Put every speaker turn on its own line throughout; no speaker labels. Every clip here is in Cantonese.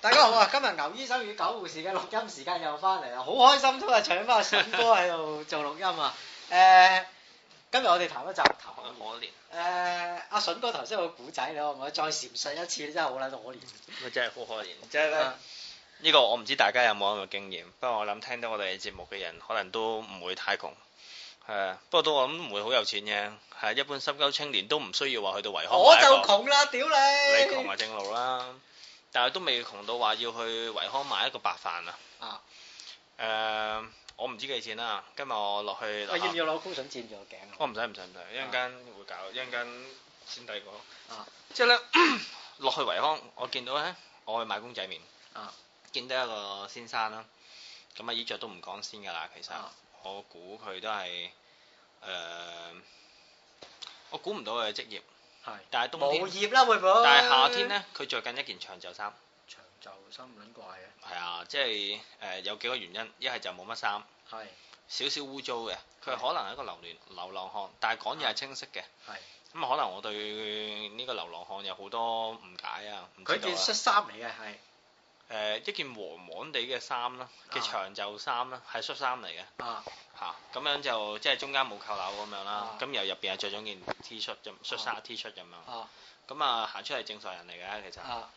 大家好啊！今日牛醫生與狗護士嘅錄音時間又翻嚟啦，好開心都係搶翻阿筍哥喺度做錄音啊！誒、今日我哋談一集談
好
誒、
可憐，
阿筍哥頭先有個古仔，你可唔可以再闡述一次？真係好撚可憐。
佢真係好可憐。即係咧
啊，
呢個我唔知大家有冇咁嘅經驗，不過我諗聽到我哋節目嘅人可能都唔會太窮。係啊，不過都我諗唔會好有錢嘅，係一般深溝青年都唔需要話去到維康
我
買一
就
個
窮啦，屌
你窮
你！
啊正路啦，但係都未窮到話要去維康買一個白飯啊。
啊
誒、我唔知幾錢啦。今日我落去樓
我
下
要唔要攞高筍墊住個頸啊？
我唔使唔使唔使，一陣間會搞，一陣間先第講。
啊！
之後咧 落去維康，我見到咧，我去買公仔麵。
啊！
見到一個先生啦，咁啊衣着都唔講先㗎啦，其實、
啊
我估佢都係誒、呃我估唔到佢嘅職業。
係
但係冬
無
天，
業啦，會唔會？
但係夏天咧，佢着緊一件長袖衫。
長袖衫撚怪嘅，
係啊，即係誒、呃有幾個原因，一係就冇乜衫，
係
少少污糟嘅，
係
佢
啊
可能係一個流連流浪漢，但係講嘢係清晰嘅。
係
咁啊可能我對呢個流浪漢有好多誤解啊，唔知
佢
道
件
啊。
恤衫嚟嘅係
誒一件黃黃地嘅衫啦，嘅長袖衫啦，係恤衫嚟嘅
啊
嚇，咁樣就即係中間冇扣紐咁樣啦
啊，
咁又入邊係着咗件 T 恤咁恤衫 T 恤咁樣，
啊
咁啊行出嚟正常人嚟嘅其實，
啊！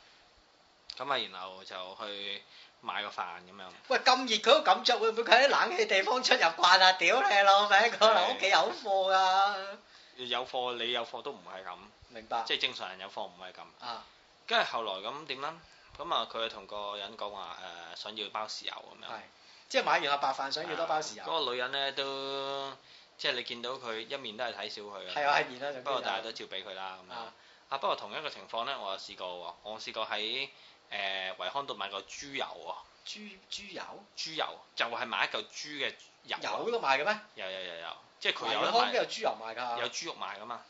咁啊然後就去買個飯咁樣。
喂，咁熱佢都咁着，會唔會佢喺冷氣地方出入慣啊？屌你老味，可能屋企有貨㗎。
有貨你有貨都唔係咁，
明白
即係正常人有貨唔係咁。
啊
跟住後來咁點咧？咁啊佢同個人講話誒想要包豉油咁樣
係。即係買完個白飯想要多包豉
啊
油，
嗰個女人咧都即係你見到佢一面都係睇小佢嘅。
係啊係熱啦，
不過大家
但
都照俾佢啦咁樣
啊。
啊，不過同一個情況咧，我有試過喎，我試過喺誒維康度買個豬油喎，
豬豬油
豬油就係買一嚿豬嘅油啊，
油都賣嘅咩？
有有有有，即係佢有
維
得
康邊
賣，
有豬油賣㗎？
有豬肉賣噶嘛，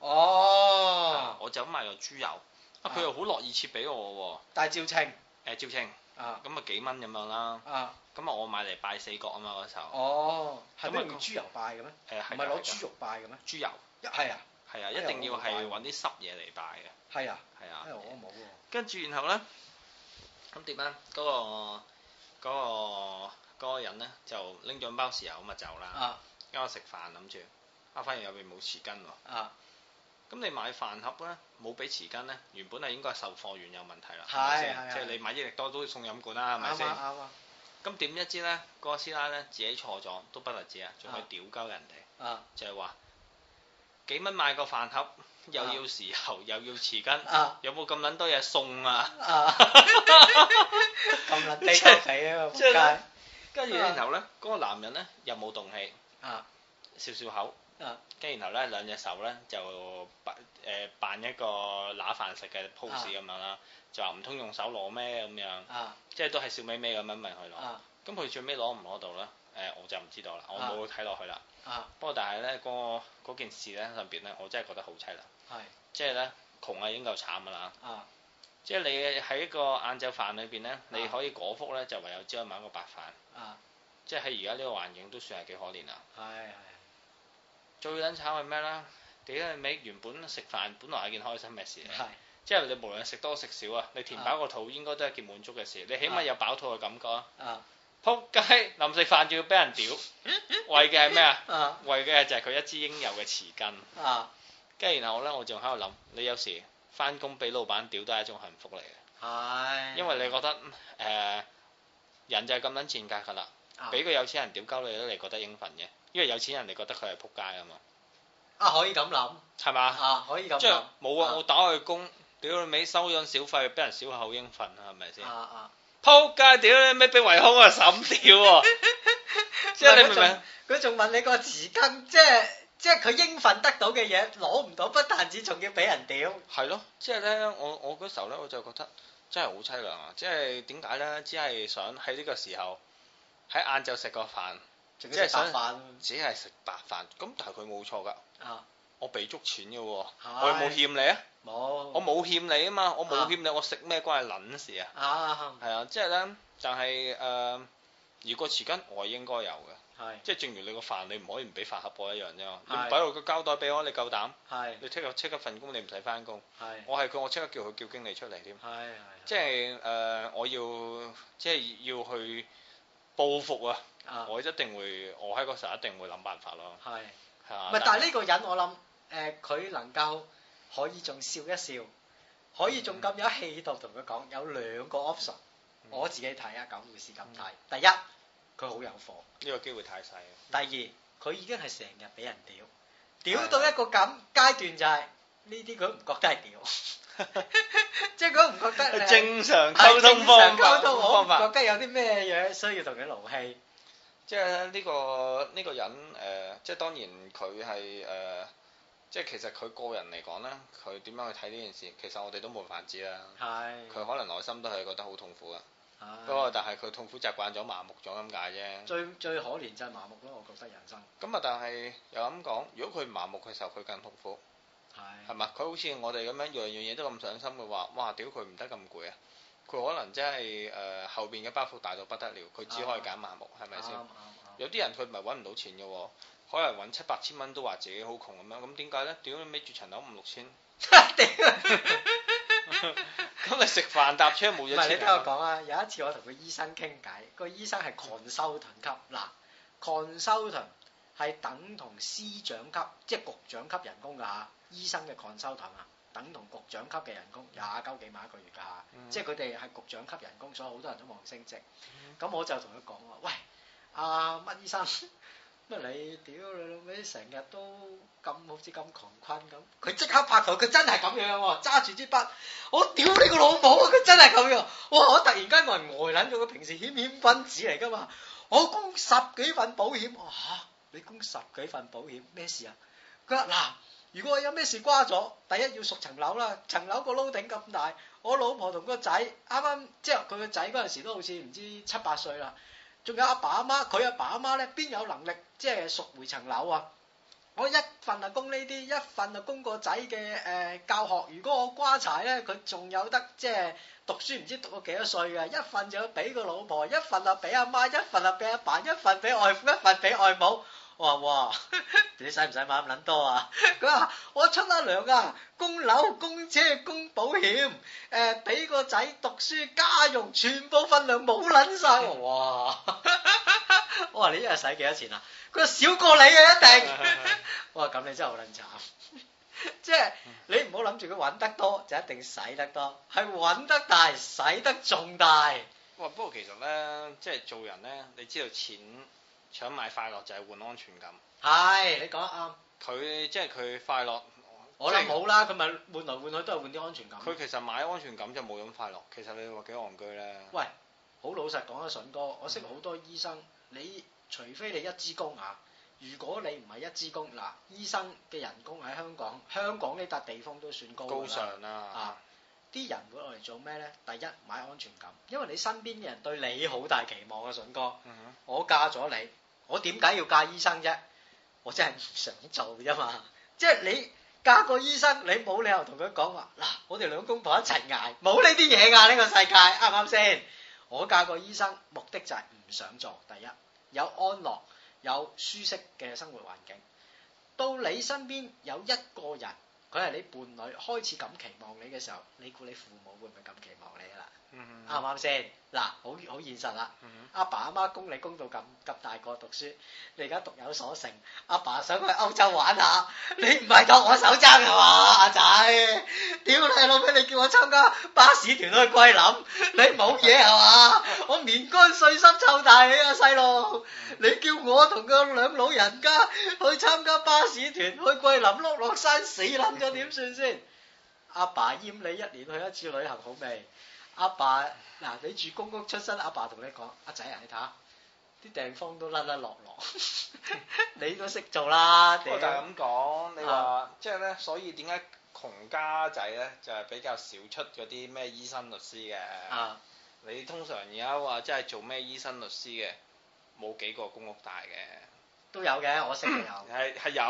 哦，
我就咁買個豬油，啊
啊
佢又好樂意切俾我
但係照稱
喎，誒照稱，
啊
咁啊幾蚊咁樣啦，
啊，
咁啊我買嚟拜四角啊嘛嗰時候，
哦，係
咁
咩
咪
用豬油拜嘅咩？
誒
唔係
係㗎
攞
係㗎
豬肉拜嘅咩？
豬油，
一係啊
係啊，
哎
一
呀
定要
我冇買
係
喎
揾啲濕嘢嚟拜嘅，
係啊，
係啊
哎呀，我冇喎，
跟住然後咧，咁點咧？嗰、個嗰、個嗰個人咧就拎咗包豉油咁啊走啦。
啊
啱啱食飯諗住，啊發現入邊冇匙羹喎。
啊
咁你買飯盒咧冇俾匙羹咧，原本係應該係售貨員有問題啦，
係
係咪
係
先？即係
係
你買益力多都送飲管啦，係
啱
咪
啊
先？
啱啊
咁點一知咧，嗰個師奶咧自己錯咗，都不特止啊，仲去屌鳩人哋，
啊
就係話幾蚊買個飯盒，又
啊
要豉油，又要匙羹，
啊
有冇咁撚多嘢送啊？
啊！咁撚地
即
溝肥啊！
即係
仆街
跟住然後咧，嗰、個男人咧又冇動氣，
啊
笑笑口，
啊
跟住然後咧兩隻手咧就扮誒、呃扮一個揦飯食嘅 pose 咁樣啦，就話唔通用手攞咩咁樣，
啊
即係都係笑眯眯咁樣問佢攞。
啊
咁佢、最尾攞唔攞到咧？誒、我就唔知道啦，我
啊
冇睇落去啦。
啊
不過但係咧，嗰嗰件事咧上邊咧，我真係覺得好凄涼，
係
即係咧窮啊已經夠慘噶啦。
啊
即係你喺一個晏晝飯裏邊咧，你可以果腹咧就唯有只可以買一個白飯，
啊
即係喺而家呢個環境都算係幾可憐啊！
係係。
最撚慘係咩啦？屌你尾原本食飯本來係件開心嘅事嚟，
係
即係你無論食多食少啊，你填飽個肚應該都係件滿足嘅事，你起碼有飽肚嘅感覺啊！
啊
撲街臨食飯仲要俾 人屌，為嘅係咩啊？
啊
為嘅就係佢一支應有嘅匙羹。
啊
跟住然後咧，我仲喺度諗，你有時翻工俾老闆屌都係一種幸福嚟嘅，
係，
因為你覺得誒、呃人就係咁撚賤格㗎啦
啊，
俾個有錢人屌鳩你都你覺得應份嘅，因為有錢人哋覺得佢係撲街啊嘛，
啊可以咁諗
係嘛？
啊可以咁
即係
諗
冇
啊
啊！我打去工，屌你尾收咗小費，俾人小口應份啊，係咪先
啊？啊，
撲街！屌你尾俾圍空啊審屌 喎！即係你明唔明？
佢仲問你個匙羹，即係即係佢應份得到嘅嘢攞唔到，不但止仲要俾人屌
係咯，即係咧，我我嗰時候咧，我就覺得真係好凄涼啊！即係點解咧？只係想喺呢個時候喺晏晝食個飯，
仲要食白飯
只係食白飯。咁但係佢冇錯㗎，
啊
我俾足錢嘅喎，
係
我有冇欠你啊？
冇
我冇欠你啊嘛，我
哦啊
冇欠你，我食咩關係撚事啊？
啊
係啊，即係咧，但係誒、呃而個匙羹我應該有嘅，
係
即係正如你個飯你唔可以唔俾飯盒我一樣啫嘛。你
係
擺落個膠袋俾我，你夠膽？
係
你即刻即刻份工你唔使翻工。
係
我係佢，我即刻叫佢叫經理出嚟添。
係
即係誒、呃我要即係要去報復啊！
係啊
我一定會，我喺嗰時候一定會諗辦法咯。
係。
係啊
唔係，但係呢個人我諗誒，佢、能夠可以仲笑一笑，可以仲咁有氣度同佢講，有兩個 option，、
嗯
我自己睇啊，狗護士咁睇。第一，佢好有貨；
呢個機會太細。
第二，佢已經係成日俾人屌，屌到一個咁階段就係呢啲佢唔覺得係屌， 即係佢唔覺得你係
正常
係
溝通方
正常
法，
溝通我
方
唔
法
覺得有啲咩嘢需要同佢勞氣。
即係呢個呢、個人誒、呃即係當然佢係誒，即係其實佢個人嚟講咧，佢點樣去睇呢件事，其實我哋都冇法知啦。
係，
佢可能內心都係覺得好痛苦啊，
唉
不過但係佢痛苦習慣咗、麻木咗咁解啫。
最最可憐就係麻木咯，我覺得人生
咁啊，但係又咁講，如果佢唔麻木嘅時候，佢更痛苦，
係。
係嘛？佢好似我哋咁樣樣樣嘢都咁上心嘅話，哇！屌佢唔得咁攰啊！佢可能真係誒後邊嘅包袱大到不得了，佢只可以揀麻木，係咪先？
啱啱啱
有啲人佢唔係揾唔到錢嘅喎，可能揾七八千蚊都話自己好窮咁樣，咁點解呢？屌你尾住層樓五六千， 咁你食飯搭車冇
唔
咗
係你
千
聽
零
我
蚊，
講啊！有一次我同個醫生傾偈，個醫生係 consultant 級，嗱 consultant 係等同司長級，即係局長級人工㗎嚇。醫生嘅 consultant 啊，等同局長級嘅人工，廿鳩幾萬一個月㗎嚇。
嗯
即係佢哋係局長級人工，所以好多人都望升職。咁我就同佢講話：，喂，阿乜醫生， 乜你屌你老味，成日都咁好似咁窮困咁。佢即刻拍台，佢真係咁樣喎，揸住支筆，我屌你個老母啊！佢真係咁樣，哇！我突然間我係呆撚咗，佢平時謙謙君子嚟噶嘛，我供十幾份保險，我嚇、你供十幾份保險咩事啊？佢話嗱。如果我有咩事瓜咗，第一要熟層樓啦，層樓個撈頂咁大，我老婆同個仔啱啱即係佢個仔嗰陣時都好似唔知七八歲啦，仲有阿爸阿媽，佢阿爸阿媽咧邊有能力即係贖回層樓啊？我一份啊供呢啲，一份啊供個仔嘅誒教學。如果我瓜柴咧，佢仲有得即係讀書唔知讀到幾多歲嘅，一份就要俾個老婆，一份啊俾阿媽， 一份啊俾阿爸，一份俾外父，一份啊俾外母。我話哇，你使唔使買咁撚多啊？佢話我出得糧啊，供樓、供車、供保險，誒俾個仔讀書、家用，全部份量冇撚晒。我 話哇！我話你一日使幾多錢啊？佢話少過你嘅一定。我話咁你真係好撚慘， 嗯即係你唔好諗住佢揾得多就一定使得多，係揾得大使得仲大。
哇！不過其實呢，即係做人呢，你知道錢搶買快樂就係換安全感，
係你講得啱，
佢即係佢快樂，
我諗冇啦，佢咪換來換去都係換啲安全感。
佢其實買安全感就冇咁快樂。其實你話幾戇居呢？
好老實講啊，筍哥，我識好多醫生，你除非你一支公啊，如果你唔係一支公，嗱，醫生嘅人工喺香港，香港呢笪地方都算高㗎啦
高尚啦
啊，啲人會攞嚟做咩呢？第一買安全感，因為你身邊嘅人對你好大期望啊，筍哥。
嗯
我嫁咗你，我點解要嫁醫生啫？我真係唔想做啫嘛。 即係你嫁個醫生，你冇理由同佢講話嗱，我哋兩公婆一齊捱，冇呢啲嘢㗎呢個世界，啱唔啱先？ 我嫁個醫生目的就係唔想做，第一有安樂，有舒適嘅生活環境。到你身邊有一個人，佢係你伴侶，開始咁期望你嘅時候，你估你父母會唔會咁期望你㗎啦？
嗯哼
啱唔啱先？嗱，好好現實啦
嗯。
阿爸阿媽供你供到咁咁大個讀書，你而家讀有所成，阿爸想去歐洲玩下，你唔係托我手踭係嘛，阿仔？屌你老味，你叫我參加巴士團去桂林，你冇嘢係嘛？我面乾碎心湊大你啊細路，你叫我同個兩老人家去參加巴士團去桂林碌落山死撚咗點算先？阿爸閹你一年去一次旅行好未？阿爸嗱，你住公屋出身，阿爸同你講：阿仔啊，你睇下啲地方都甩甩落落， 你都識做啦。
不過就係
屌
咁講，你話
啊
即係咧，所以點解窮家仔咧就係比較少出嗰啲咩醫生律師嘅？
啊，
你通常而家話即係做咩醫生律師嘅，冇幾個公屋大嘅，
都有嘅，我識嘅有
係係有，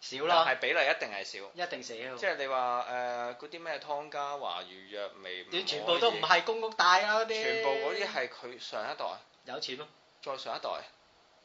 少
但
咯，
係比例一定係少。
一定少。
即係你話誒嗰啲咩湯家華、余若薇，
你全部都唔係公屋大啊嗰啲，
全部嗰啲係佢上一代
有錢咯，
再上一代，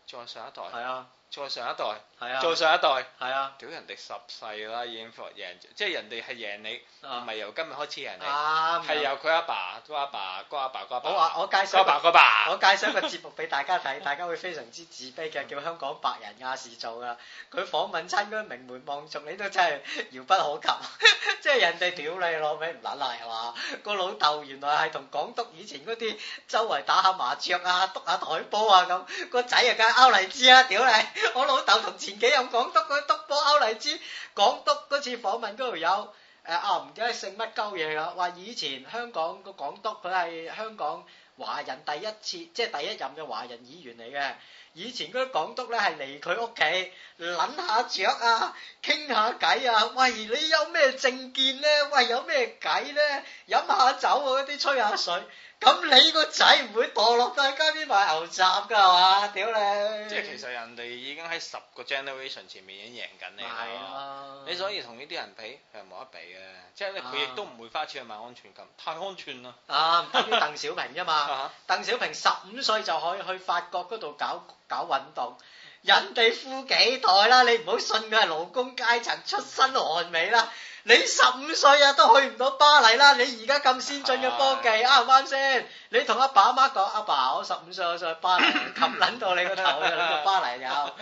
再上一代，
係啊，
再上一代，
係啊，
再上一代，
係啊，
屌人哋十世啦，已經贏，即係人哋係贏你，唔
啊
係由今日開始贏你，
啱。啊
係由佢阿爸、個阿爸、個阿爸、個阿
我
爸、
話我介
個阿
紹
爸、
個
個阿爸，
我介紹一個節目俾大家睇，大 家會非常之自卑嘅，叫香港白人亞視做噶。佢訪問親嗰啲名門望族，你都真係遙不可及， 即係人哋屌你老味唔撚係嘛？個老豆原來係同港督以前嗰啲周圍打下麻雀啊、篤下台波啊咁，個仔啊梗係拗荔枝啦，屌你！我老豆同前幾任港督佢篤波拗荔枝，港督嗰次訪問嗰條友。誒啊！唔記得姓乜鳩嘢啦，話以前香港個港督佢係香港華人第一次，即係第一任嘅華人議員嚟嘅。以前嗰啲港督咧係嚟佢屋企撚下雀啊，傾下偈啊，喂你有咩政見咧？喂有咩計咧？飲下酒啊嗰啲吹下水。咁你個仔唔會墮落到喺街邊賣牛雜㗎係嘛？屌你！
即係其實人哋已經喺十個 generation 前面已經贏緊你
係
啦。
啊！
你所以同呢啲人比係冇得比嘅，即係佢亦都唔會花錢去買安全感，太安全啦。
啊，唔等於鄧小平啫嘛。
啊
鄧小平十五歲就可以去法國嗰度搞搞運動，人哋富幾代啦，你唔好信佢係勞工階層出身寒尾啦。你十五歲啊都去唔到巴黎啦！你而家咁先進嘅科技啱唔啱先？你同阿爸阿媽講，阿爸我十五歲我想去巴黎，及撚到你個頭就撚到巴黎有。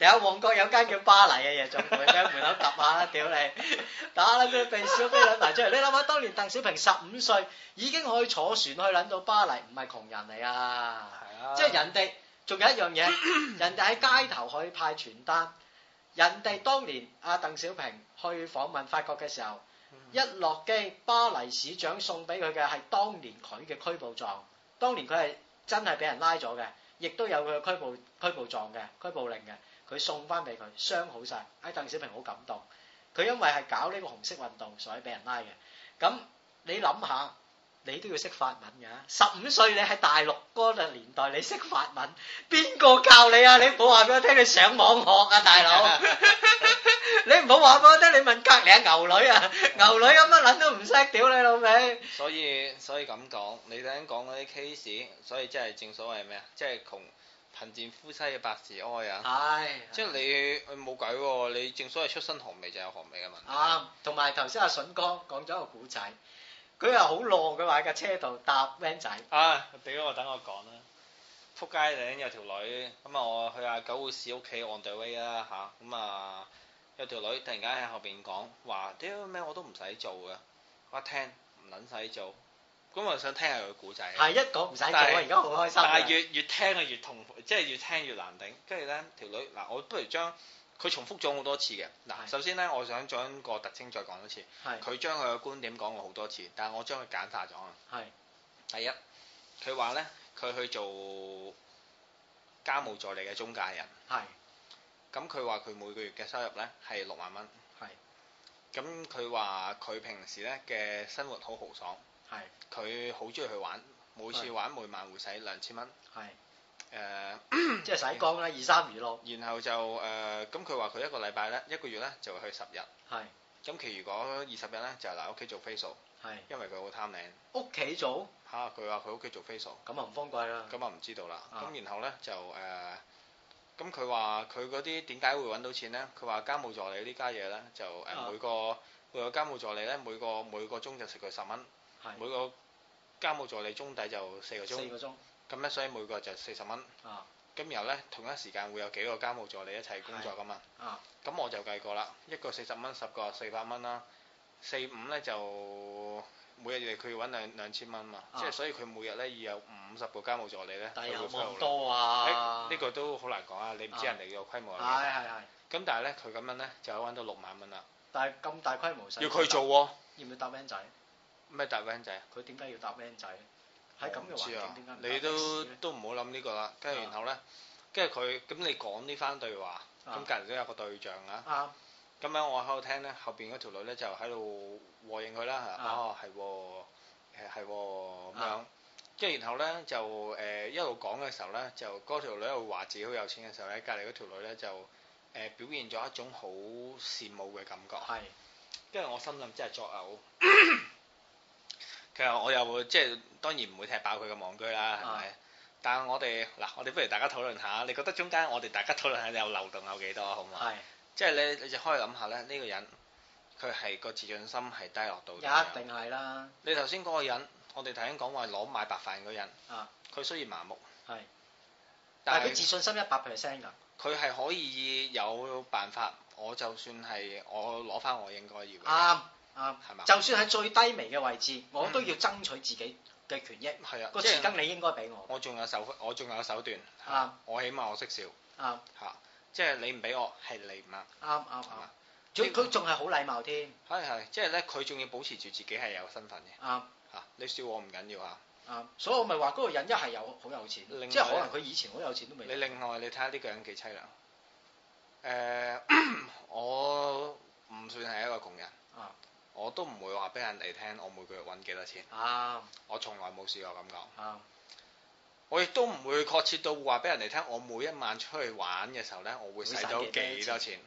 有旺角有間叫巴黎嘅夜總會，你喺門口揼下啦，屌你！打撚佢鼻屎都飛撚埋出嚟。你諗下，當年鄧小平十五歲。已經可以坐船去撚到巴黎，唔係窮人嚟啊！
係啊，
即係人哋仲有一樣嘢，人哋喺街頭可以派傳單。人哋當年阿鄧小平去訪問法國嘅時候，一落機，巴黎市長送俾佢嘅係當年佢嘅拘捕狀。當年佢係真係俾人拉咗嘅，亦都有佢嘅拘捕拘捕狀嘅拘捕令嘅，佢送翻俾佢，傷好晒。阿鄧小平好感動，佢因為係搞呢個紅色運動，所以俾人拉嘅。咁你諗下。你都要識法文㗎，十五歲你喺大陸嗰個年代，你識法文，邊個教你啊？你唔好話俾我聽，你上網學啊，大 佬！ 你唔好話俾我聽，你問隔離阿牛女啊，牛女有乜撚都唔識，屌你老味！
所以所以咁講，你頭先講嗰啲 case，所以即係正所謂咩啊？即係窮貧賤夫妻嘅百事哀啊！
唉，
即係你呃冇計喎，你正所謂出身寒味就有寒味嘅問題。
啱，同埋頭先阿筍哥講咗一個古仔，佢又好浪，佢話喺架車度搭 van 仔，
啊！屌我等我講啦，撲街頂有條女咁啊！我去阿九護士屋企 on the way 啦吓，咁啊有條女突然間喺後邊講話屌咩我都唔使做嘅，我一聽唔撚使做，咁我想聽下佢故仔，
係一講唔使做啊，
但係
而家好開心
但係
啊！
越越聽啊越痛苦，即係越聽越難頂。跟住咧條女嗱，我不如將佢重複咗好多次嘅嗱，
係
首先咧我想將個特徵再講一次，
係
佢將佢嘅觀點講過好多次，但係我將佢簡化咗啊。
係
第一，佢話咧，佢去做家務助理嘅中介人，
係
咁佢話佢每個月嘅收入咧係六萬蚊，
係
咁佢話佢平時咧嘅生活好豪爽，
係
佢好中意去玩，每次
係
玩每晚會使兩千蚊，誒、呃
係，即係洗光啦，二三魚路
然後就誒，呃咁佢話佢一個禮拜咧，一個月咧就會去十日，
係
咁其餘嗰二十日咧就留喺屋企做 facial，
係
因為佢好貪靚，
屋企做，
嚇啊佢話佢屋企做 facial。
咁啊唔方貴啦。
咁啊唔知道啦。
啊
咁然後咧就誒，呃咁佢話佢嗰啲點解會揾到錢咧？佢話家務助理呢家嘢咧就誒、
啊
每個每個家務助理咧每個每個鐘就食佢十蚊
係，
每個家務助理鐘底就四個
四
鐘，
個鐘
咁咧所以每個就四十蚊。
啊
咁然後咧同一時間會有幾個家務助理一齊工作噶嘛。
啊
咁我就計過啦，一個四十蚊，十個四百蚊啦，四五咧就每日佢要揾兩兩千蚊嘛，
啊
即係所以佢每日咧要有五十個家務助理咧，
但係
佢
有
會 fail 啦
冇咁多啊？
呢個都好難講啊！你唔知
啊
人哋個規模係幾
係
大。
係係，
咁但係咧，佢咁樣咧就揾到六萬蚊啦。
但係咁大規模使
要佢做喎，
要唔要搭 van 仔？
咩啊大 van 仔？
佢點解要搭 van 仔？喺咁嘅
我唔
環
知啊
境點解唔搭
你都
taxi 咧
都唔好諗呢個啦。跟住
啊
然後咧，跟住佢咁你講呢番對話，咁
啊
隔離都有個對象啊。
啱
咁樣我喺度聽咧，後邊嗰條女咧就喺度和應佢啦。
啊
哦，係喎，誒係喎咁樣
啊。
跟住然後咧就誒一路講嘅時候咧，就嗰條女又話自己好有錢嘅時候咧，隔離嗰條女咧就誒表現咗一種好羨慕嘅感覺。
係
跟住我心諗真係作嘔。
啊
其實我又會即係當然唔會踢爆佢嘅網居啦，係咪？但係我哋嗱，我哋不如大家討論下，你覺得中間我哋大家討論下有漏洞有幾多啊好嘛？
係
即係你你就可以諗下咧，呢、個人佢係個自信心係低落到點樣
一定係啦，
你頭先嗰個人，我哋頭先講話攞買白飯嗰人
啊，
佢雖然麻木，
係，但
但
係佢自
係
信心一百 percent 㗎，
佢係可以有辦法。我就算係我攞翻我應該要嘅，
啱啱。
係嘛？
就算喺最低微嘅位
嗯
置，我都要爭取自己嘅權益。
係啊，
個
即
匙
係
羹你應該俾我。
我仲有手，我仲有手段。
啱
我起碼我識笑
啱
嚇，即係你唔俾我係你唔啱，
啱啱
係嘛
啱。仲佢仲係好禮貌添。
係係，即係咧佢仲要保持住自己係有身份嘅
啱
嚇，你笑我唔緊要嚇。
啱，所以我咪話嗰個人一係有好有錢，
另外
即係可能佢以前好有錢都
你
未。
另外你睇下呢個人幾凄涼。誒、 我唔算係一個窮人，
啊
我都唔會話俾人哋聽我每個月揾幾多錢，
啱
我從來冇試過咁講。
啱
我亦都唔會確切到話俾人哋聽，我每一晚出去玩嘅時候呢，我會使到
會使幾多
幾多 錢。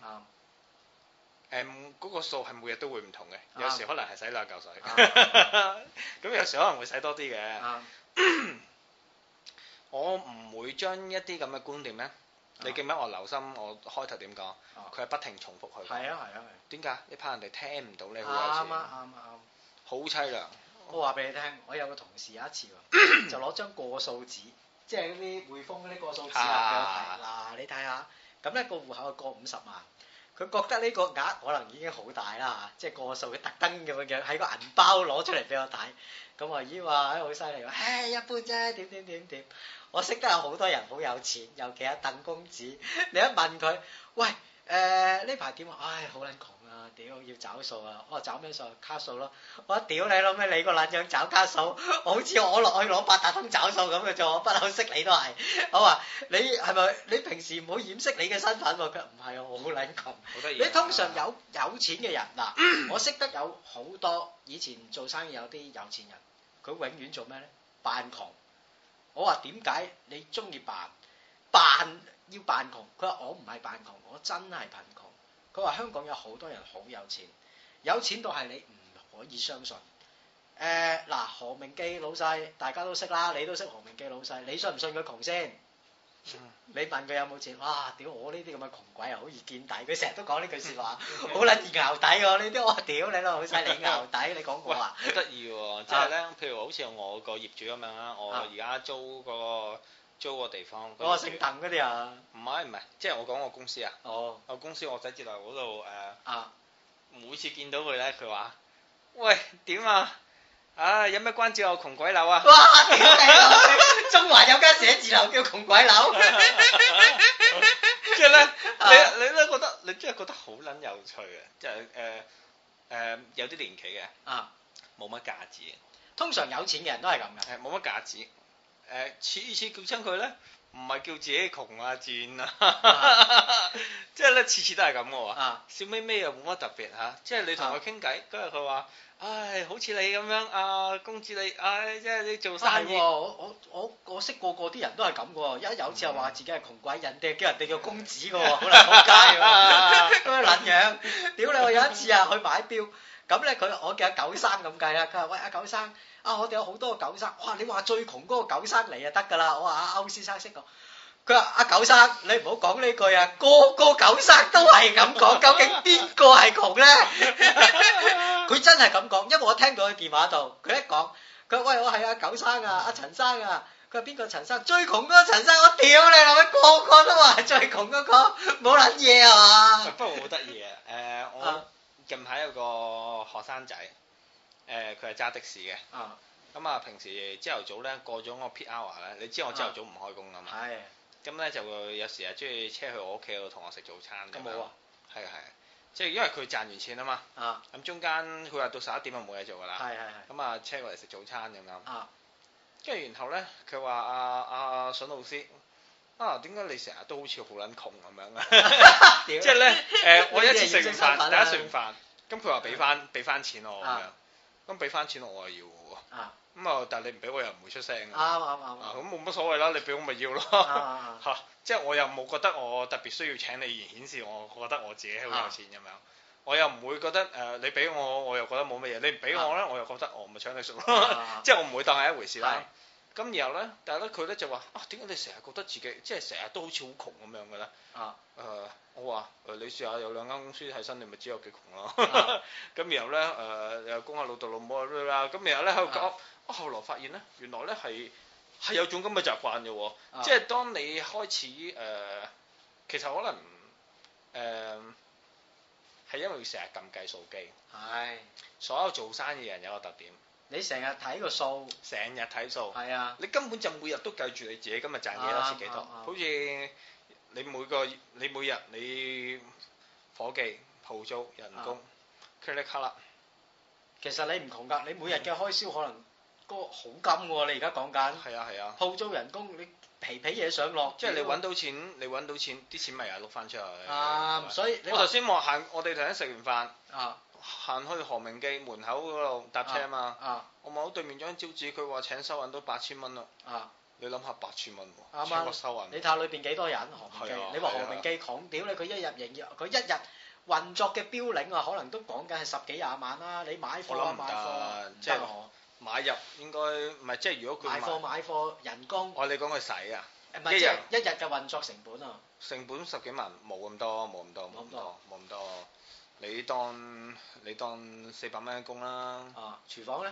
啱
誒嗰個數係每日都會唔同嘅，
啱
有時可能係使兩嚿水，
啱
咁有時可能會使多啲嘅。
啱
我唔會將一啲咁嘅觀點呢，你記唔記得我留心我開頭點講？佢係不停重複佢。
係啊係啊
點解？你怕人哋聽唔到你
係。啱
好有
啊
錢，
啱啊
好凄涼。
啱！我話俾你聽，我有個同事有一次喎，就攞張過數紙，即係嗰啲匯豐嗰啲過數紙啊，俾我睇。嗱，你睇下，咁咧個戶口過五十萬。佢覺得呢個額可能已經好大啦，即係個數佢特登咁樣樣喺個銀包攞出嚟俾我睇，咁我咦話唉好犀利喎，唉一般啫，點點點點，我識得有好多人好有錢，尤其阿鄧公子，你一問佢，喂誒呢排點啊？唉好撚窮啊，屌要找數啊，我話找咩數啊？卡數咯，我話屌你老味，你個撚樣找卡數， 好似我落去攞八達通找數咁嘅啫，我不嬲識你都係，我話你係咪你平時唔好掩飾你嘅身份喎？佢話唔係啊，我好撚窮。
好得意
你
啊。
通常有有錢嘅人嗱，我識得有好多以前做生意有啲有錢人，佢永遠做咩咧？扮窮。我話點解你中意扮扮要扮窮？佢話我唔係扮窮，我真係貧窮。佢話香港有好多人好有錢，有錢到係你唔可以相信。誒嗱、何明基老細大家都識啦，你都識何明基老細，你信唔信佢窮先？你問佢有冇錢？哇！屌我呢啲咁嘅窮鬼啊，好易見底。佢成日都講呢句 説話，好撚易淆底喎。呢啲我話屌你咯，好犀利淆底。你講過
喂，
啊？
好得意喎！即係咧，譬如好似我個業主咁樣啦，我
啊
而家租個租個地方，
嗰個姓鄧嗰啲啊，
唔係唔係，即係我講我公司啊，
哦
我公司我仔接樓嗰度誒，
啊
每次見到佢咧，佢話：喂點啊？啊有咩關照我窮鬼樓啊？
哇！屌你老味，中華有間寫字樓叫窮鬼 樓，
即係咧，
啊
你你咧覺得你真係覺得好撚有趣嘅，即係誒誒有啲年紀嘅
啊，
冇乜價值，
通常有錢嘅人都係咁嘅。
誒冇乜價值，誒次次叫親佢咧，唔係叫自己窮啊賤啊， 即係咧次次都係咁嘅喎。
啊
笑眯眯又冇乜特別嚇、即係你同佢傾偈，跟住佢話：，唉，好似你咁樣啊，公子你，唉，即係你做
係
生
喎，
意，
我我我我識個個啲人都係咁嘅喎，一有次又話自己係窮鬼，人哋叫人哋叫公子嘅喎，好撚仆街喎。咁 樣撚樣，屌你！我有一次啊，去買表，咁咧佢我叫阿九生咁計啦，佢話喂阿九生，啊我哋有好多個九生，哇你話最窮嗰個九生嚟就得㗎啦，我話阿歐先生識講，佢話阿九生你唔好講呢句啊，個個九生都係咁講，究竟邊個係窮咧？ 佢真係咁講，因為我聽到佢電話度，佢一講，佢話喂我係阿九生啊，阿陳生啊。佢話邊個陳生？最窮嗰個陳生，我屌你老味，個個都話係最窮嗰、個，冇撚嘢啊嘛！
不過好得意啊！誒、我
啊
近排有個學生仔，誒佢係揸的士嘅，
啊，
咁啊平時朝頭早咧過咗我 peak hour 咧，你知我朝頭早唔開工噶嘛，
係
咁咧就會有時啊中意車去我屋企度同我食早餐
咁
咁
好
樣，
啊
係啊係啊，即係因為佢賺完錢啊嘛，
啊，
咁中間佢話到十一點就冇嘢做㗎啦。
係係係
咁啊車過嚟食早餐咁樣。
啊
跟住然後咧，佢話阿阿筍老師啊，點解你成日都好似好撚窮咁樣啊？
屌
即係咧誒，我
呢啲
一
係
次食
認真身份
完飯，
啦
第一食完飯，咁佢話俾翻俾翻錢我咁樣
啊，
咁俾翻錢我我又要喎。
啊
咁啊，但係你唔俾我又唔會出聲
啱
啊，
啱啱
咁冇乜所謂啦，你俾我咪要
啱
咯。
啱
嚇！ 即係我又冇覺得我特別需要請你而顯示我覺得我自己好有錢咁樣，我又唔會覺得誒、呃你俾我我又覺得冇乜嘢，你唔俾我咧我又覺得我咪搶你數咯，
啱
即係我唔會當係一回事啦。咁然後咧，但係咧佢咧就話啊，點解你成日覺得自己即係成日都好似好窮咁樣嘅咧？
啊
誒、我話誒、你試下有兩間公司喺身，你咪知有幾窮咯。
啊
咁然後咧誒、又供下老豆老母啊啦，咁然後咧喺度講，
啊
啊後來發現咧，原來咧係係有種咁嘅習慣嘅喎，
啊
即係當你開始誒、其實可能誒係、因為成日撳計數機，
係
所有做生意嘅人有個特點，
你成日睇個數，
成日睇數，
係啊，
你根本就每日都計住你自己今日賺幾多
啱
蝕幾多，
啱啱
好似你每個你每日你伙計鋪租人
啊
工。噼里卡啦，
其實你唔窮㗎，你每日嘅開銷可能嗰個好金喎，你而家講緊
係啊係啊，
鋪租人工，你皮皮嘢上落，
即係你揾到錢，你揾到錢，啲錢咪又碌翻出去。
啊，所以你
我頭先話行，我哋頭先食完飯。
啊
行去何明記門口嗰度搭車啊嘛，
啊
我望到對面張招紙，佢話請收銀都八千蚊啦。
啊，
你諗下八千蚊
啱啊
喎，
啱
超過收銀。
你睇下裏邊幾多人何明
係
基
啊，
你話
係啊
何明基窮屌你，佢一日營業，佢一日運作嘅標領啊，可能都講緊係十幾廿萬啦，你買貨
我諗
啊
唔
買貨啊
得，
唔
即係
得啊
買入應該唔係，即係如果佢
買貨買貨人工，
我哋講佢使啊，
唔係
一
即係
日
一日嘅運作成本啊，
成本十幾萬，冇咁多，冇咁多，冇咁多，冇咁多。你當你當四百蚊一工啦，
啊廚房咧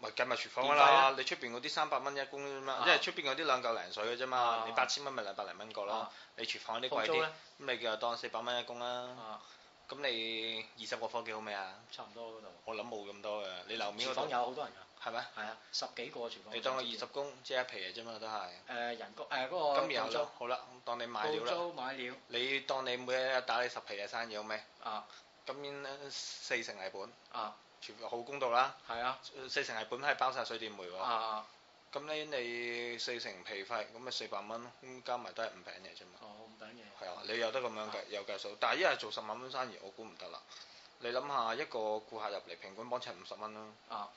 咪計埋廚房㗎
電費
啦。你出邊嗰啲三百蚊一工啫嘛
啊，
因為出邊嗰啲兩嚿零水嘅啫嘛
啊，
你八千蚊咪兩百零蚊個咯
啊。
你廚房嗰啲
鋪
貴
租
啲，
咧
咁你叫當四百蚊一工啦。
啊
咁你二十個伙計好未啊？
差唔多嗰度，
我諗冇咁多嘅，你樓面
廚
嗰
房
度
有好多人㗎。
係咪？
係啊，十幾個廚房。
你當佢二十工即係一皮嘅啫嘛，都係。
誒、人工誒嗰、個
咁然
鋪
後咧
租，
好啦，當你買料
鋪
啦，
租買料
你當你每日打你十皮嘅生意好未？
啊
咁呃四成係本，
啊，
全部好公道啦。呃
係啊
四成係本係包晒水電煤喎。
啊
咁咧你四成皮費，咁咪四百蚊咯，咁加埋都係五餅嘢啫嘛。
哦唔等嘢
係啊，你有得咁樣計有計數，但係一日做十萬蚊生意，我估唔得啦。你諗下一個顧客入嚟，平均幫襯五十蚊啦。
啊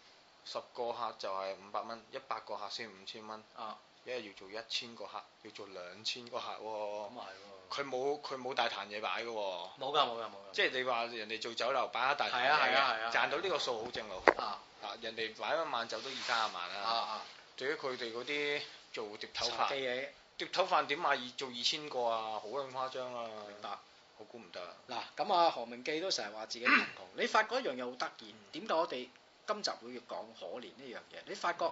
十個客就係五百蚊，一百個客先五千蚊，
啊，
一日要做一千個客，要做兩千個客喎、
咁啊係
佢冇佢冇大壇嘢擺嘅喎，
喎，冇㗎冇㗎冇㗎，
即係你話人哋做酒樓擺一大壇
係啊
嘢
係啊係
嘅，
啊
賺到呢個數好正路。
啊
啊，人哋擺一晚酒都二三十萬
啊
啦。
啊，
對於佢哋嗰啲做碟頭
茶記
飯，
嘢
碟頭飯點賣二做二千個啊，好鬼誇張啊！
明白
我估唔得啊。
嗱，咁啊何明記都成日話自己貧 窮，你發覺一樣嘢好得意，點解我哋今集會要講可憐呢樣嘢？你發覺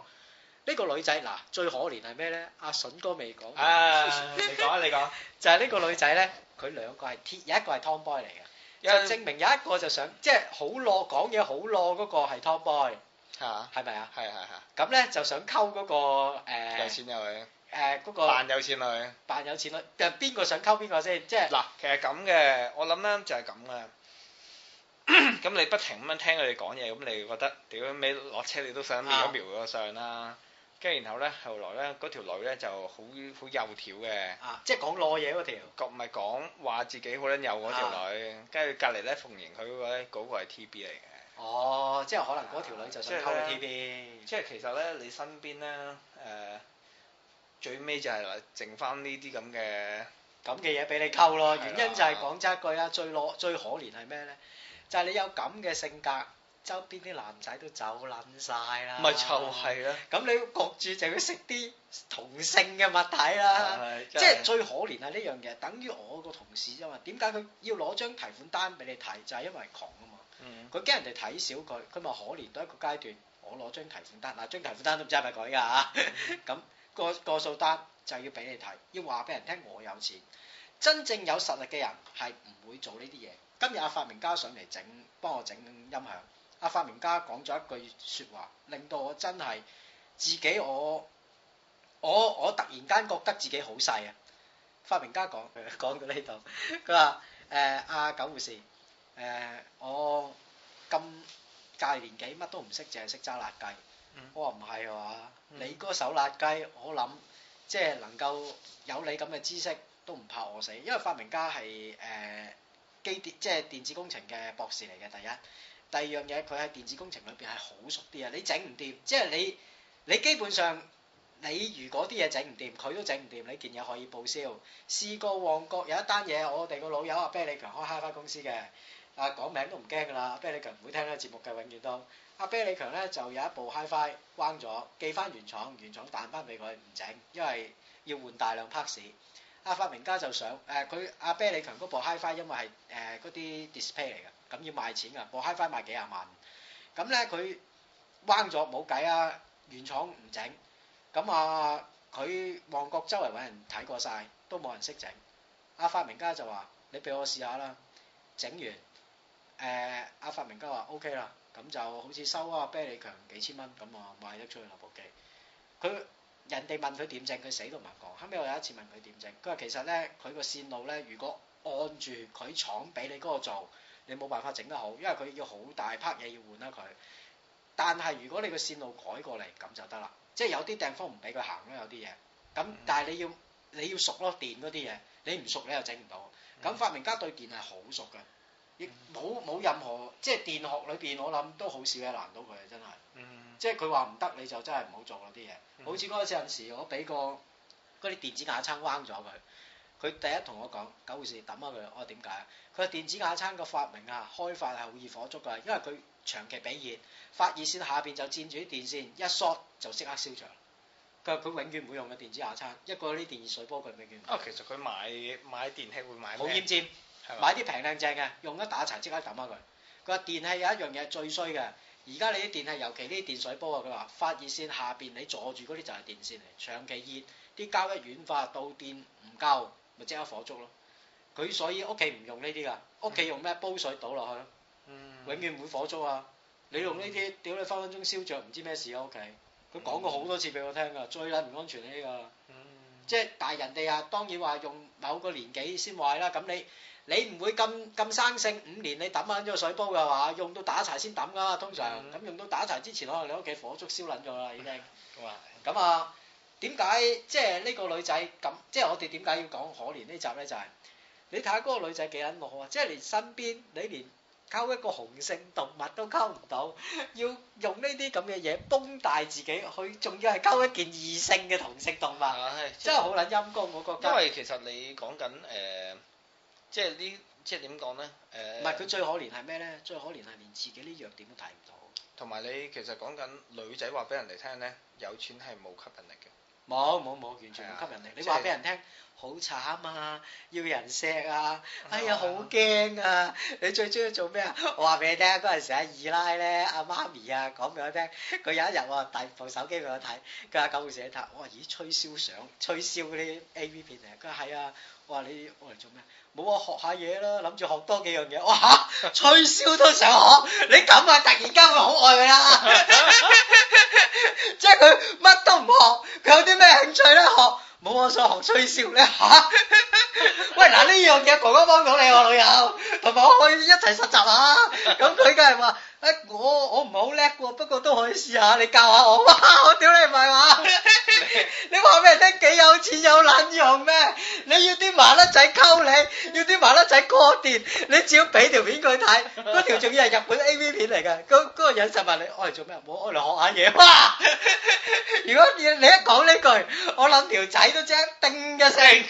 呢個女仔嗱最可憐係咩咧？阿筍哥未講。
啊，你講啊，你講。
就係呢個女仔咧，佢兩個係鐵，有一個係 Tomboy 嚟嘅，
因
就 證明有一個就想即係好攞講嘢好攞嗰個係 Tomboy，
嚇，
係咪啊？
係係係，
咁咧就想溝嗰個
有
誒
錢有女，
誒嗰個
扮有錢女。
扮有錢女，誒邊個想溝邊個先？即係
嗱，其實咁嘅，我諗咧就係咁嘅。 咁你不停咁樣聽佢哋講嘢，咁你覺得屌尾落車你都想瞄一瞄嗰個相啦。跟住然後咧，後來咧嗰條女咧就好好幼條嘅，
啊，即係講攞嘢嗰條
講唔係講話自己好撚幼嗰條女。跟住隔離咧奉迎佢嗰個咧，嗰個係 TB 嚟嘅。
哦，即係可能嗰條女就想溝
即係
佢
咧
TB
即係其實咧，你身邊咧誒、最尾就係啦，剩翻呢啲咁嘅。
咁嘅嘢俾你溝咯。
係啦
原因就係講真一句啦，最攞最可憐係咩咧？就係你有咁嘅性格，周邊啲男仔都走撚晒啦。
咪就係啦，
咁你焗住就要食啲同性嘅物體啦，即係最可憐係呢樣嘢，等於我個同事啫嘛。點解佢要攞張提款單俾你睇？就係、因為窮啊嘛。
嗯
佢驚人哋睇小佢，佢咪可憐到一個階段，我攞張提款單，嗱張提款單都唔知係咪佢㗎嚇， 咁、個個數單就要俾你睇，要話俾人聽我有錢。真正有實力嘅人係唔會做呢啲嘢。今日阿發明家上嚟整，幫我整音響。阿發明家講咗一句説話，令到我真係自己我我我突然間覺得自己好細啊！發明家講 講到呢度，佢話誒阿九護士誒、我咁介年紀乜都唔識，淨係識揸辣雞。
嗯
我話唔係啊，
嗯
你嗰手辣雞，我諗即係能夠有你咁嘅知識都唔怕餓死，因為發明家係誒、機電即係電子工程嘅博士嚟嘅第一。第二樣嘢，佢喺電子工程裏邊係好熟啲啊！你整唔掂，即係你你基本上你如果啲嘢整唔掂，佢都整唔掂，你件嘢可以報銷。試過旺角有一單嘢，我哋個老友阿啤利強開 HiFi 公司嘅，啊講名都唔驚㗎啦，阿啤李強唔會聽呢個節目嘅，永遠都。阿啤李強咧就有一部 HiFi 彎咗，寄翻原廠，原廠彈翻俾佢唔整，因為要換大量 parts。阿發明家就想誒佢阿啤李強嗰部 HiFi 因為係誒嗰啲 display 嚟嘅，咁要賣錢㗎，部 HiFi 賣幾廿萬。咁咧佢彎咗冇計啊，原廠唔整。咁啊，佢旺角周圍揾人睇過晒，都冇人識整。阿發明家就話：你俾我試下啦，整完。誒、阿發明家話 OK 啦，咁就好似收啊啤利強幾千蚊咁啊，賣得出去啦部機。佢人哋問佢點整，佢死都唔肯講。後尾我有一次問佢點整，佢話其實咧佢個線路咧，如果按住佢廠俾你嗰個做，你冇辦法整得好，因為佢要好大 part 嘢要換啦佢。但係如果你個線路改過嚟，咁就得啦。即係有啲地方唔俾佢行咯，有啲嘢。咁但係你要你要熟咯，電嗰啲嘢，你唔熟你又整唔到。咁發明家對電係好熟嘅，亦冇冇任何即係電學裏邊，我諗都好少嘢難到佢嘅，真係。
嗯
即係佢話唔得，你就真係唔好做啦啲嘢。
嗯
好似嗰陣時，我俾個嗰啲電子瓦撐彎咗佢，佢第一同我講九護士抌下佢，我話點解啊？佢話電子瓦撐個發明啊，開發係好易火燭㗎，因為佢長期俾熱，發熱線下邊就佔住啲電線，一 short 就即刻燒場。佢話佢永遠唔會用嘅電子瓦撐，一個呢電熱水煲佢永遠唔
啊，其實佢買買電器會買
好
咩
奄？尖。
係嘛？
買啲平靚正嘅，用一打柴即刻抌下佢。佢話電器有一樣嘢最衰嘅，而家你啲電器，尤其呢啲電水煲啊，佢話發熱線下邊你坐住嗰啲就係電線嚟，長期熱啲膠一軟化，導電唔夠，咪即刻火燭咯。佢所以屋企唔用呢啲噶，屋企用咩煲水倒落去咯，
嗯
永遠唔會火燭啊！你用呢啲，屌你分分鐘燒着，唔知咩事啊屋企。佢講過好多次俾我聽噶，最撚唔安全呢個。
嗯
即係但係人哋啊，當然話用某個年紀先壞啦。咁你你唔會咁咁生性，五年你抌撚咗個水煲嘅話，用到打柴先抌噶。通常
嗯
咁、用到打柴之前，可能你屋企火燭燒撚咗啦已經。
咁啊，
咁啊，點解即係呢個女仔咁？即係我哋點解要講可憐呢集呢？就係、你睇下嗰個女仔幾撚惡啊！即係連身邊你連溝一個雄性動物都溝唔到， 要用呢啲咁嘅嘢崩大自己，佢仲要係溝一件異性嘅同性動物。
唉
真啊係好撚陰公，我覺
因
得。
為其實你講緊誒，即係呢，即係點講咧？誒、
唔係佢最可憐係咩咧？最可憐係連自己啲弱點都睇唔到。
同埋你其實講緊女仔話俾人哋聽咧，有錢係冇吸引力 嘅。
冇冇冇，完全
係
冇
啊
吸引力。
即
你
係
話俾人聽好慘啊，要人錫啊，哎呀好
係啊
驚啊！你最中意做咩啊？我話俾你聽，嗰陣時阿二奶咧，阿媽咪啊講俾我聽，佢有一日我遞部手機俾我睇，佢話九護士你睇，我話咦吹簫相，吹簫嗰啲 A V 片嚟，佢話係啊，我話你我嚟做咩？冇啊，學下嘢啦，諗住學多幾樣嘢。哇嚇，吹簫都想學，你咁啊，突然間會好愛佢啦。 即係佢乜都唔學，佢有啲咩興趣咧學？冇我想學吹簫咧嚇。 喂嗱，呢樣嘢哥哥幫到你喎，女友，同埋我可以一齊實習下。咁佢梗係話：誒、我我唔係好叻喎，不過都可以試下，你教下我。哇！ 我屌你唔係話， 你話俾人聽幾有錢有撚用咩？你要啲麻甩仔溝你，要啲麻甩仔歌電，你只要俾條片佢睇，嗰條仲要係日本 A V 片嚟嘅。嗰、嗰個人就問你：我嚟做咩？我我嚟學下嘢。哇！ 如果你你一講呢句，我諗條仔都即刻叮一聲，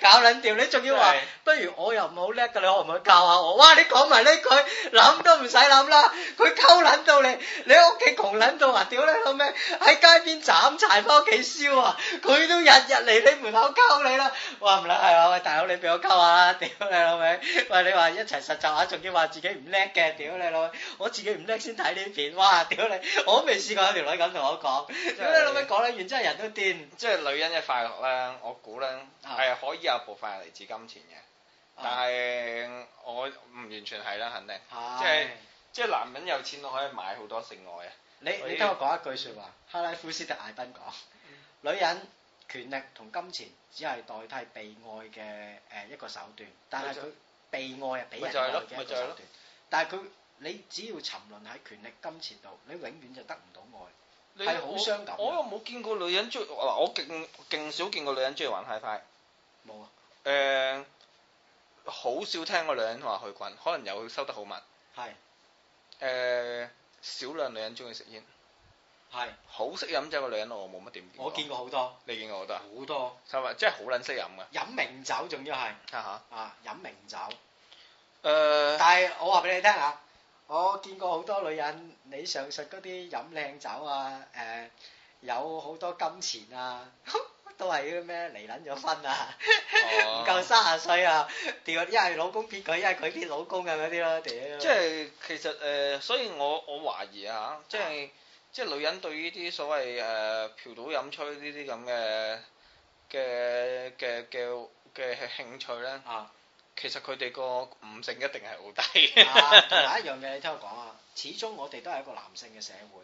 搞撚掂。你仲要話
真係，
不如我又唔好叻㗎，你可唔可以教下我？哇！你講埋呢句，諗都唔使諗啦。佢溝撚到你，你屋企窮撚到話，屌你老味，喺街邊斬柴翻屋企燒啊！佢都日日嚟你門口溝你啦。我話唔撚係啊，喂大佬你俾我溝下啦， 屌你老味！喂你話一齊實習下，仲要話自己唔叻嘅，屌你老味！我自己唔叻先睇呢片，哇！屌你，我都未試過有條女咁同我講。屌你老味講得完真係人都癲。
即係女人嘅快樂咧，我估咧
啊
係可以有部分係嚟自金錢嘅，但係我唔完全係啦，肯定。即係即係男人有錢都可以買好多性愛啊！
你
所以
你聽我講一句説話，克拉夫斯特艾賓
Ừ.
講：女人權力同金錢只係代替被愛嘅誒一個手段，但係佢被愛係俾
咪
人
就係
愛
咯
嘅
咪
一
就
個
係
手
咯
段，但係佢你只要沉淪喺權力金錢度，你永遠就得唔到愛。
你
係好
我
傷感嘅
我又冇見過女人中意嗱，我勁勁少見過女人中意玩 HiFi。
冇啊，
誒，好少聽過女人話去滾，可能有收得好密。
係
誒，少量女人中意食煙，
係，
好識飲酒嘅女人我冇乜點見過。
我見過好多
你見過好多啊？
好多
係咪？即係好撚識飲嘅
飲名酒，仲要係
嚇嚇。
啊飲名酒，
誒
但係我話俾你聽啊，我見過好多女人，你上述嗰啲飲靚酒啊，誒、有好多金錢啊， 都係嗰啲咩離撚咗婚啊，唔
哦
夠三十歲啊，屌一係老公撇佢，一係佢撇老公啊咁嗰啲咯，屌！
即係其實誒、呃所以我我懷疑啊，即係即係女人對呢啲所謂誒、呃嫖賭飲吹呢啲咁嘅嘅嘅嘅嘅興趣咧，
啊
其實佢哋個悟性一定係好低 嘅。
啊，同埋一樣嘢，你聽我講啊，始終我哋都係一個男性嘅社會。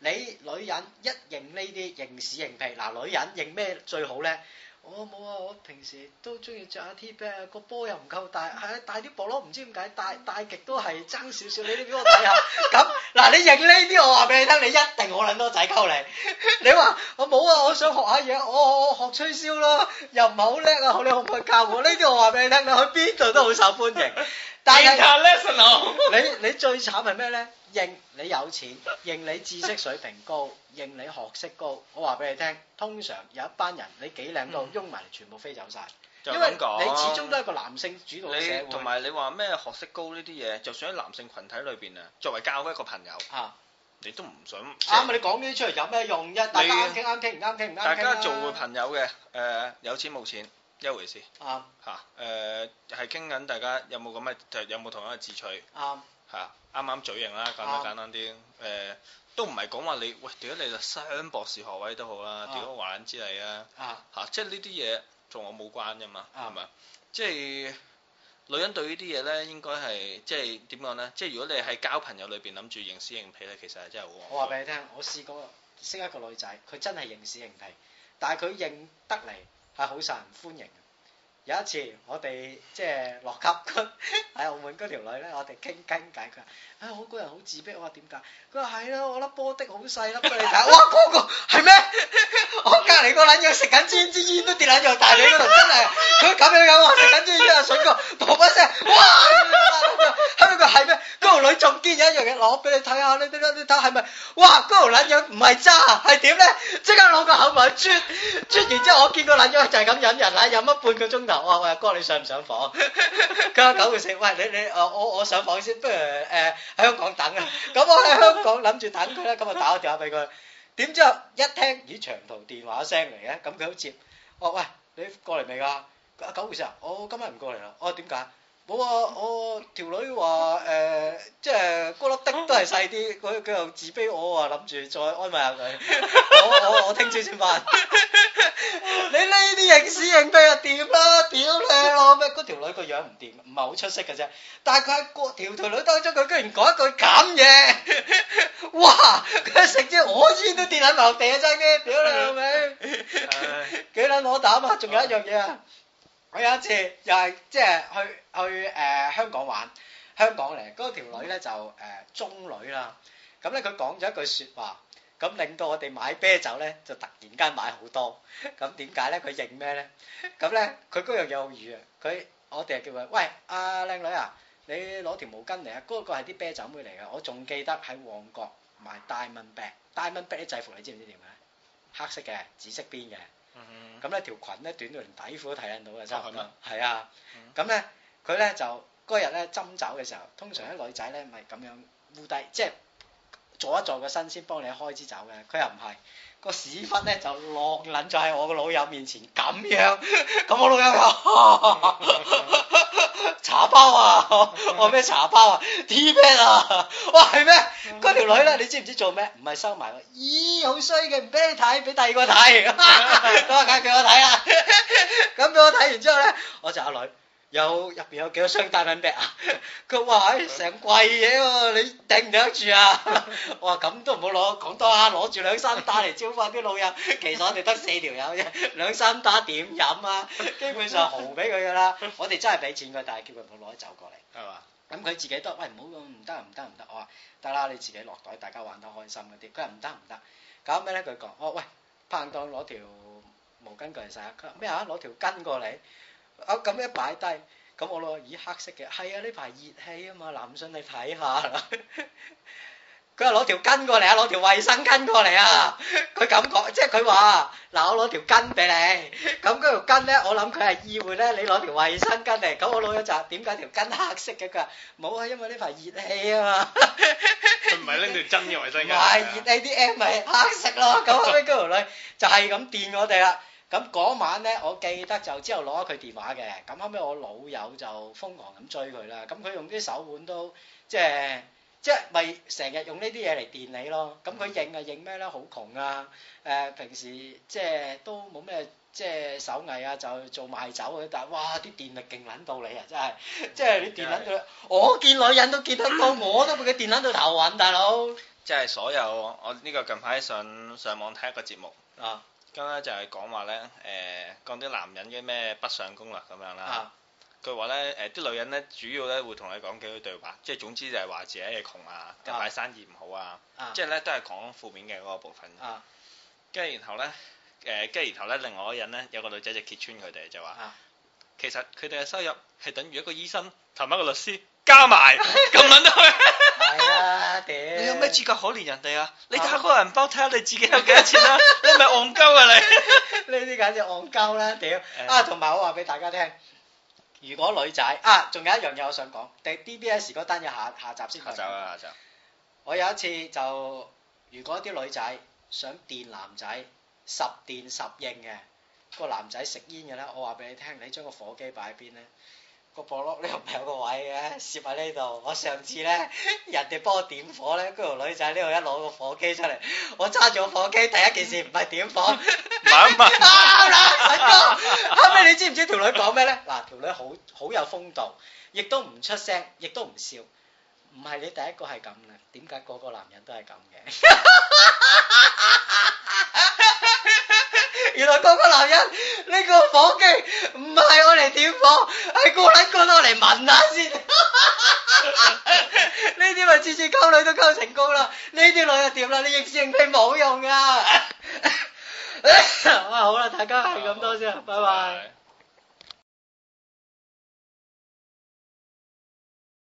你女人一認呢啲認屎認屁，嗱女人認咩最好咧？我冇啊！我平時都中意着下 T 恤啊，個波又唔夠大，係啊，大啲薄褸唔知點解，大大極都係爭少少，你都俾我睇下。咁嗱，你認呢啲，我話俾你聽，你一定好撚多仔溝你。你話我冇啊，我想學下嘢，我我學吹簫啦，又唔係好叻啊，你可唔可以教我？呢啲我話俾你聽，你去邊度都好受歡迎。 但係
International
你你最慘係咩咧？認你有錢，認你知識水平高，認你學識高。我話俾你聽，通常有一班人你幾靚都好，擁埋嚟全部飛走晒，
嗯 就
因
咁
為你
講。
始終都係一個男性主導嘅社
你
會。
同埋你話咩學識高呢啲嘢，就算喺男性群體裏邊啊，作為交一個朋友，
啊，
你都唔想
啱啊！你講呢啲出嚟有咩用啫？大家啱傾啱傾，唔啱傾唔啱傾啊啦
大家做會朋友嘅，誒、呃有錢冇錢一回事
啱
嚇，誒係傾緊大家有冇咁嘅，有冇同樣嘅志趣
啱
嚇，啱啱嘴型啦，簡單簡單啲，誒、呃都唔係講話你喂，屌你就雙博士學位都好啦，
啊
屌我玩之你啊
啊
嚇，即係呢啲嘢同我冇關㗎嘛，
啊
係咪？即係女人對呢啲嘢咧，應該係即係點講咧？即係如果你係交朋友裏邊諗住認屎認屁咧，其實係真係好
我話
戇居。
俾你聽，我試過識一個女仔，佢真係認屎認屁，但係佢認得嚟係好受人歡迎嘅。有一次我哋即係落級 喺澳門嗰條女咧，我哋傾傾偈，佢話：唉，我個人好自卑。我話點解？佢話係啦，我粒波的好細粒俾你睇。哇！嗰、個係咩？ 我隔離個撚樣食緊支支煙都跌撚咗大髀嗰度，真係佢咁樣樣，我食緊支煙啊，筍哥噗一聲，哇！後尾佢係咩？嗰條女仲堅有一樣嘢攞俾你睇下，你你你睇係咪？哇！嗰條撚樣唔係渣，係點咧？即刻攞個口埋去啜，啜完之後我見個撚樣就係咁忍人啦，忍咗半個鐘頭。我話喂哥，你上唔上房？佢話九個四，喂你你誒我我上房先，不如誒喺香港等啊。咁我喺香港諗住等佢啦，咁我打個電話俾佢。點知一聽，咦長途電話聲嚟嘅，咁佢好接，我話喂你過嚟未㗎？佢話九號啊，我今日唔過嚟啦。我話點解？冇啊！我條女話誒，即係嗰粒的都係細啲，佢佢又自卑我啊，諗住再安慰下佢。我我我聽朝先翻。你呢啲認屎認屁又掂啦，屌你老味！嗰條女個樣唔掂，唔係好出色嘅啫。但係佢喺個條條女當中，佢居然講一句咁嘢，哇！佢食支我煙都跌喺埋落地啊！真嘅，屌你老味！
唉
幾撚攞膽啊！仲有一樣嘢啊！我有一次又係即係去去誒、呃香港玩，香港嚟嗰條女咧就誒、呃中女啦。咁咧佢講咗一句説話，咁令到我哋買啤酒咧就突然間買好多。咁點解咧？佢認咩咧？咁咧佢嗰樣嘢好語啊！佢我哋就叫佢喂啊靚女啊，你攞條毛巾嚟啊！嗰、個係啲啤酒妹嚟嘅，我仲記得喺旺角買大蚊啤，大蚊啤啲制服你知唔知點嘅咧？黑色嘅，紫色邊嘅。
嗯
咁咧條裙咧短到連底褲都睇得到嘅，差唔
係咩
多。係啊，咁咧佢咧就嗰日咧斟酒嘅時候，通常啲女仔咧咪咁樣烏低，即係坐一坐個身先幫你開支酒嘅，佢又唔係。個屎忽咧就落撚咗喺我個老友面前咁樣，咁我老友就茶包啊，我話咩茶包啊，T 恤啊，哇係咩？嗰條女咧，你知唔知做咩？唔係收埋喎，咦好衰嘅，唔俾你睇，俾第二個睇， 咁啊梗係俾我睇啦，咁俾我睇完之後咧，我就阿女。有入邊有幾多箱大品啤啊？佢話：唉，成櫃嘢喎，你頂唔頂得住啊？我話咁都唔好攞，講多啊，攞住兩三打嚟招呼下啲老友。其實我哋得四條友啫，兩三打點飲啊？基本上豪俾佢噶啦。我哋真係俾錢佢，但係叫佢唔好攞酒過嚟。
係嘛？
咁佢自己都喂唔好咁唔得唔得唔得，啊我話得啦，你自己落袋，大家玩得開心嗰啲。佢話唔得唔得，搞咩咧？佢講哦喂，拍檔攞條毛巾過嚟洗下，佢話咩啊？攞條巾過嚟，啊咁一擺低，咁我攞咦黑色嘅，係啊呢排熱氣啊嘛，男信你睇下啦。佢話攞條巾過嚟啊，攞條衞生巾過嚟啊！佢咁講，即係佢話嗱，我攞條巾俾你，咁嗰條巾咧，我諗佢係意會咧，你攞條衞生巾嚟，咁我攞咗扎，點解條巾黑色嘅？佢話冇啊，因為呢排熱氣啊嘛，
佢唔係拎條真嘅衞
唔
生巾。
係熱氣啲 M 咪黑色咯，咁後尾嗰條女就係咁電我哋啦。咁嗰晚咧，我記得就之後攞咗佢電話嘅，咁後尾我老友就瘋狂咁追佢啦，咁佢用啲手腕都即係。即係咪成日用呢啲嘢嚟電你咯？咁佢認啊認咩咧？好窮啊！誒、平時即係都冇咩即係手藝啊，就做賣酒嘅。但係哇，啲電力勁撚到你啊！真係，即係你電撚到你，我見女人都見得到，我都俾佢電撚到頭暈，大佬。
即係所有我呢個近排上上網睇一個節目，
啊
咁咧就係講話咧誒講啲男人嘅咩北上攻略咁樣啦。
啊
佢話咧誒啲女人咧主要咧會同你講幾句對話，即係總之就係話自己係窮啊，近排生意唔好啊，
啊
即係咧都係講負面嘅嗰個部分。
啊
跟住然後咧誒，跟住然後咧另外一個人咧有個女仔就揭穿佢哋就話。
啊！
其實佢哋嘅收入係等於一個醫生同埋一個律師加 埋咁撚多嘅。
係啊，屌！
你有 咩資格可憐人哋啊？你打個銀包睇下你自己有幾多錢 啦、你係咪戇鳩啊你？
呢啲簡直戇鳩啦，屌！啊，同埋我話俾大家聽，如果女仔啊，仲有一樣嘢我想講，第 DBS 嗰單嘢下下集先講。
啊下集，
我有一次就，如果啲女仔想電男仔，十電十應嘅，個男仔食煙嘅咧，我話俾你聽，你將個火機擺喺邊咧？個部落呢度咪有個位嘅，攝喺呢度。我上次咧，人哋幫我點火咧，嗰條女仔呢度一攞個火機出嚟，我揸住個火機，第一件事唔係點火。
唔係唔係
啱啦，神哥。後尾你知唔知條女講咩咧？嗱，條女好好有風度，亦都唔出聲，亦都唔笑。唔係你第一個係咁嘅，點解個個男人都係咁嘅？原來個個男人呢個火機唔係我嚟點火，係個撚個攞嚟聞下先。 呢啲咪次次溝女都溝成功啦，呢啲女就掂啦，你應試應屁 冇用噶。啊好啦，大家係咁多先啦，拜拜。